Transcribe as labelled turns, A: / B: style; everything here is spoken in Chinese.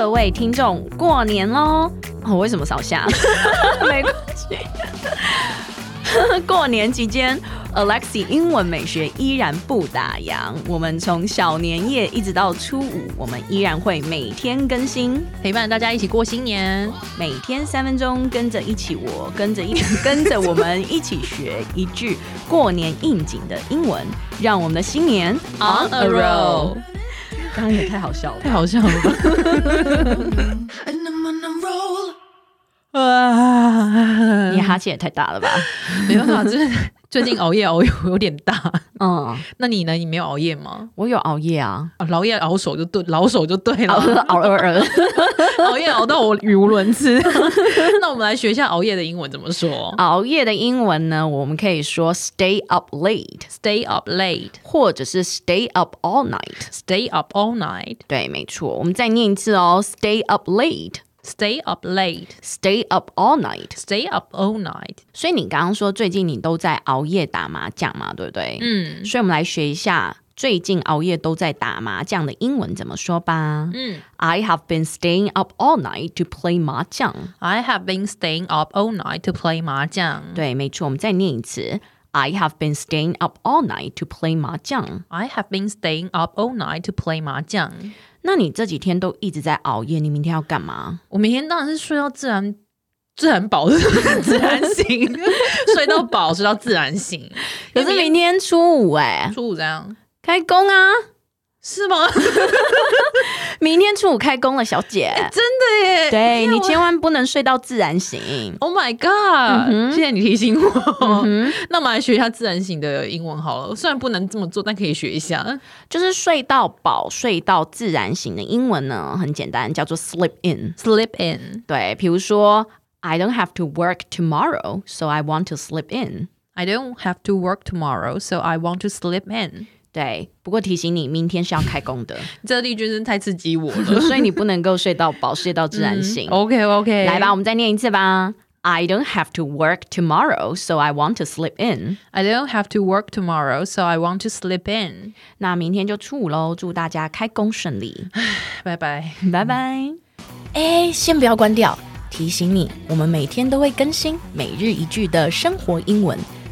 A: 哦
B: 位听众过年喽！哦，为什么少 下？没关系。 过年期间，Alexi 英文美学依然不打烊。我们从小年夜一直到初五，我们依然会每天更新，
A: 陪伴大家一起过新年。
B: 每天三分钟，跟着一起我，跟着一起跟着我们一起学一句过年应景的英文，让我们的新年
A: On a roll，
B: 刚刚也太好笑了
A: 太。好笑了 吧！
C: And I'm on a roll.
A: 啊，
B: 你哈欠也太大 了吧？
A: 没办法，就是最近熬夜熬夜有点 大。
B: 嗯，
A: 那你呢？你没有熬夜吗？
B: 我有熬夜啊，
A: 啊熬夜熬手就对，老手就对
B: 熬
A: 了。
B: 熬二 二，
A: 熬夜熬到我语无伦 次。那我们来学一下熬夜的英文怎么说
B: 熬夜的英文呢，我们可以说 stay up late，
A: ？Stay up late,
B: 或者是 stay up all night。
A: stay up all night,
B: 对，没错，我们再念一次哦，stay up late，stay
A: stay up late,
B: up all night。
A: stay up all night。
B: 所以你刚刚说最近你都在熬夜打麻将嘛，对不对？
A: 嗯
B: 所以我们来学一下最近熬夜都在打麻将的英文怎么说吧。
A: 嗯
B: I have been staying up all night to play 麻将。
A: ，I have been staying up all night to play 麻将。
B: 对，没错，我们再念一次。I have been staying up all night to play 麻将。
A: I have been staying up all night to play 麻将。
B: 那你这几天都一直在熬夜，你明天要干嘛？
A: 我明天当然是睡到自然 自然饱， 自然醒， 睡到饱，睡到自然醒。
B: 可是明天初五哎、
A: 初五这样
B: 开工啊！
A: 是吗？
B: 明天初五开工了，小姐。
A: 真的 耶！
B: 对你千万不能睡到自然醒。
A: Oh my god！、谢谢你提醒我。
B: 嗯，
A: 那我们来学一下自然醒的英文好了，虽然不能这么做，但可以学一下。
B: 就是睡到饱、睡到自然醒的英文呢，很简单，叫做 sleep in。
A: Sleep in.
B: 对，比如说 I don't have to work tomorrow, so I want to sleep in。
A: I don't have to work tomorrow, so I want to sleep in.
B: 对，不过提醒你，明天是要开工的，
A: 这例句真是太刺激我 了。
B: 所以你不能够睡到饱、睡到自然醒。
A: OK OK，
B: 来吧，我们再念一次吧。I don't have to work tomorrow, so I want to sleep in。
A: I don't have to work tomorrow, so I want to sleep in.
B: 那明天就初五喽，祝大家开工顺利，
A: 拜拜。
B: 拜拜。哎，先不要关掉，提醒你，我们每天都会更新每日一句的生活英文，